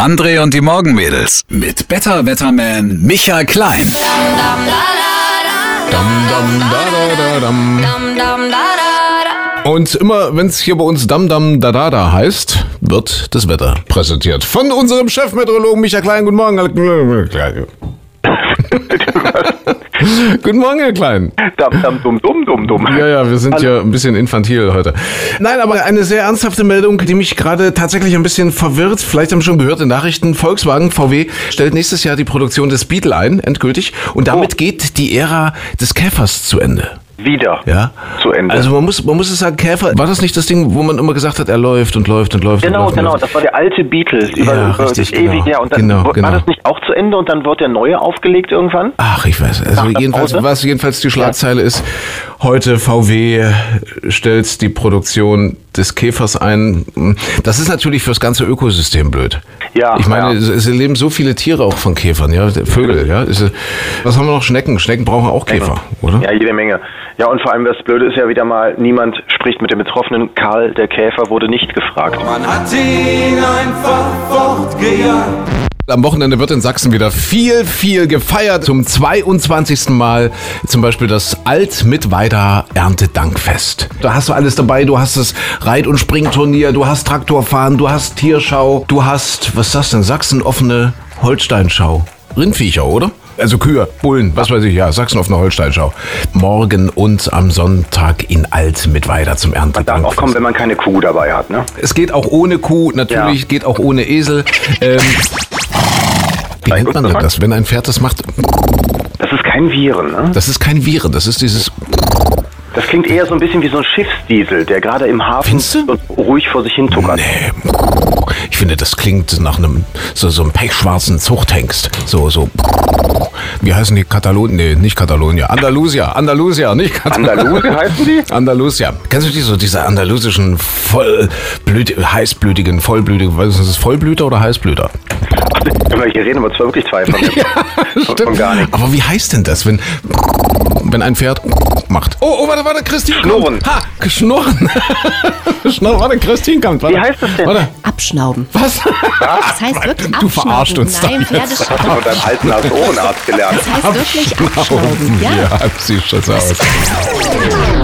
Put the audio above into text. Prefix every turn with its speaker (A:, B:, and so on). A: André und die Morgenmädels mit Better Wetterman Michael Klein.
B: Dam, dam, da, da, da, dam. Und immer, wenn es hier bei uns Dam Dam Da Da Da heißt, wird das Wetter präsentiert. Von unserem Chefmeteorologen Michael Klein. Guten Morgen, Herr Klein. Guten Morgen, Herr Klein.
C: Dam, dam, dum, dum, dum, dum.
B: Ja, ja, wir sind hier ein bisschen infantil heute. Nein, aber eine sehr ernsthafte Meldung, die mich gerade tatsächlich ein bisschen verwirrt. Vielleicht haben Sie schon gehört in Nachrichten, Volkswagen VW stellt nächstes Jahr die Produktion des Beetle ein, endgültig. Und damit geht die Ära des Käfers zu Ende.
C: Wieder
B: Ja.
C: zu Ende.
B: Also man muss, man muss es sagen, Käfer, war das nicht das Ding, wo man immer gesagt hat, er läuft und läuft und läuft und
C: genau,
B: läuft?
C: genau.
B: und läuft?
C: Das war der alte Beatles über,
B: Ja,
C: über
B: richtig,
C: das
B: genau.
C: ewige Jahr. Und dann
B: Genau,
C: war
B: genau.
C: das nicht auch zu Ende und dann wird der neue aufgelegt irgendwann?
B: Ach, ich weiß. Also
C: der
B: jedenfalls,
C: Pause?
B: was jedenfalls die Schlagzeile ist, heute VW stellt die Produktion des Käfers ein. Das ist natürlich fürs ganze Ökosystem blöd.
C: Ja,
B: Ich meine,
C: ja.
B: es es leben so viele Tiere auch von Käfern, ja, Vögel, ja. Es ist- Was haben wir noch? Schnecken. Schnecken brauchen auch Käfer, oder?
C: Ja, jede Menge. Ja, und vor allem das Blöde ist ja wieder mal, niemand spricht mit dem Betroffenen. Karl, der Käfer, wurde nicht gefragt.
D: Man hat ihn einfach fortgejagt.
B: Am Wochenende wird in Sachsen wieder viel, viel gefeiert. Zum 22. Mal zum Beispiel das Alt-Mittweida Erntedankfest. Da hast du alles dabei. Du hast das Reit- und Springturnier, du hast Traktorfahren, du hast Tierschau, du hast, was ist das denn, Sachsen offene Holsteinschau. Rindviecher, oder? Also Kühe, Bullen, was weiß ich, ja, Sachsen offene Holsteinschau. Morgen und am Sonntag in Alt-Mittweida zum
C: Darf auch
B: Erntedankfest.
C: kommen, wenn man keine Kuh dabei hat, ne?
B: Es geht auch ohne Kuh, natürlich
C: Ja.
B: geht auch ohne Esel. Ähm, wie nennt man denn das, wenn ein Pferd das macht?
C: Das ist kein Viren, ne?
B: Das ist kein Viren, das ist dieses.
C: Das klingt eher so ein bisschen wie so ein Schiffsdiesel, der gerade im Hafen
B: Findest du?
C: so ruhig vor sich hin tuckert.
B: Nee. Ich finde, das klingt nach einem so, so einem pechschwarzen Zuchthengst. So, so. Wie heißen die Katalonien? Nee, nicht Katalonien. Andalusia, Andalusia, nicht Katalonien.
C: Andalusen heißen die?
B: Andalusia. Kennst du die so, diese andalusischen, vollblüt, heißblütigen, vollblütigen, was ist das, Vollblüter oder Heißblüter?
C: Über welche reden wir zwar wirklich zwei von, von, von gar nichts.
B: Aber wie heißt denn das, wenn, wenn ein Pferd macht? Oh, oh, warte, warte, Christine.
C: Schnurren.
B: Kommt. Ha, geschnurren. Schnurren, warte, Christine kommt. Warte.
C: Wie heißt das denn?
B: Warte,
E: Abschnauben.
B: was?
E: Das heißt wirklich
B: Du
E: abschnauben.
B: verarscht uns da
E: Nein,
B: jetzt.
E: Pferdeschnauben.
C: Von deinem alten Ohrenarzt gelernt.
E: Das heißt wirklich abschnauben.
B: Abschnauben.
E: Ja.
B: Ja, sieht schon so aus.